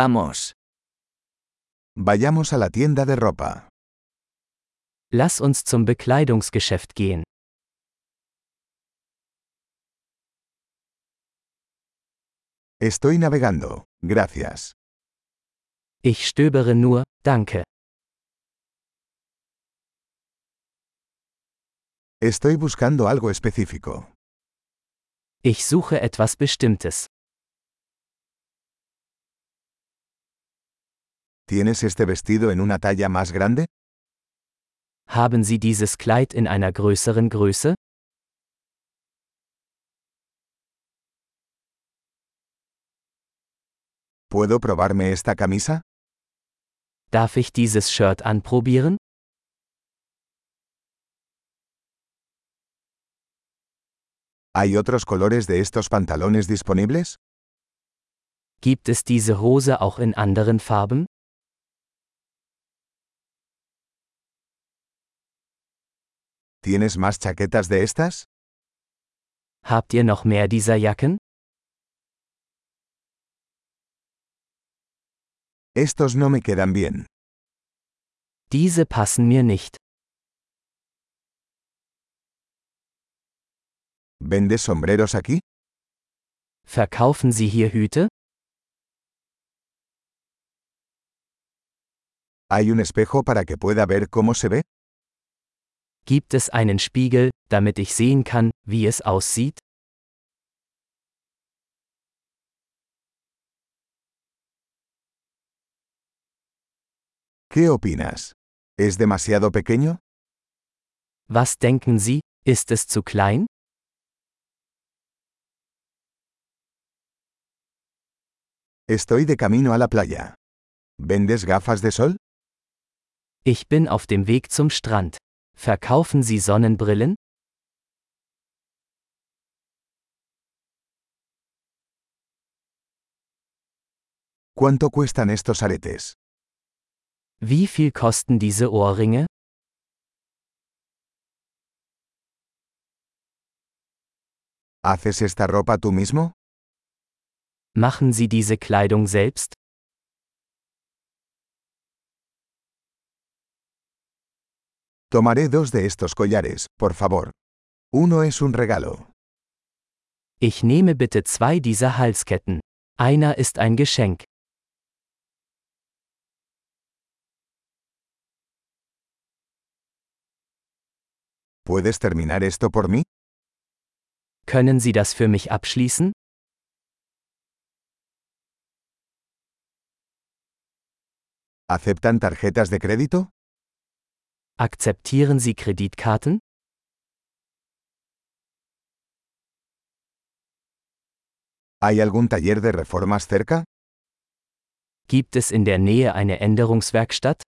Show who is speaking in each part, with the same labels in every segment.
Speaker 1: Vamos.
Speaker 2: Vayamos a la tienda de ropa.
Speaker 1: Lass uns zum Bekleidungsgeschäft gehen.
Speaker 2: Estoy navegando, gracias.
Speaker 1: Ich stöbere nur, danke.
Speaker 2: Estoy buscando algo específico.
Speaker 1: Ich suche etwas Bestimmtes.
Speaker 2: ¿Tienes este vestido en una talla más grande?
Speaker 1: Haben Sie dieses Kleid in einer größeren Größe?
Speaker 2: ¿Puedo probarme esta camisa?
Speaker 1: Darf ich dieses Shirt anprobieren?
Speaker 2: ¿Hay otros colores de estos pantalones disponibles?
Speaker 1: Gibt es diese Hose auch in anderen Farben?
Speaker 2: ¿Tienes más chaquetas de estas?
Speaker 1: Habt ihr noch mehr dieser Jacken?
Speaker 2: Estos no me quedan bien.
Speaker 1: Diese passen mir nicht.
Speaker 2: ¿Vendes sombreros aquí?
Speaker 1: Verkaufen Sie hier Hüte?
Speaker 2: ¿Hay un espejo para que pueda ver cómo se ve?
Speaker 1: Gibt es einen Spiegel, damit ich sehen kann, wie es aussieht?
Speaker 2: ¿Qué opinas? ¿Es demasiado pequeño?
Speaker 1: Was denken Sie, ist es zu klein?
Speaker 2: Estoy de camino a la playa. ¿Vendes gafas de sol?
Speaker 1: Ich bin auf dem Weg zum Strand. Verkaufen Sie Sonnenbrillen?
Speaker 2: ¿Cuánto cuestan estos aretes?
Speaker 1: Wie viel kosten diese Ohrringe?
Speaker 2: ¿Haces esta ropa tú mismo?
Speaker 1: Machen Sie diese Kleidung selbst?
Speaker 2: Tomaré dos de estos collares, por favor. Uno es un regalo.
Speaker 1: Ich nehme bitte zwei dieser Halsketten. Einer ist ein Geschenk.
Speaker 2: ¿Puedes terminar esto por mí?
Speaker 1: Können Sie das für mich abschließen?
Speaker 2: ¿Aceptan tarjetas de crédito?
Speaker 1: Akzeptieren Sie Kreditkarten?
Speaker 2: ¿Hay algún taller de reformas cerca?
Speaker 1: Gibt es in der Nähe eine Änderungswerkstatt?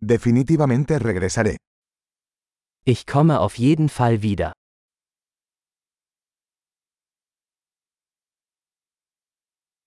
Speaker 2: Definitivamente regresaré.
Speaker 1: Ich komme auf jeden Fall wieder.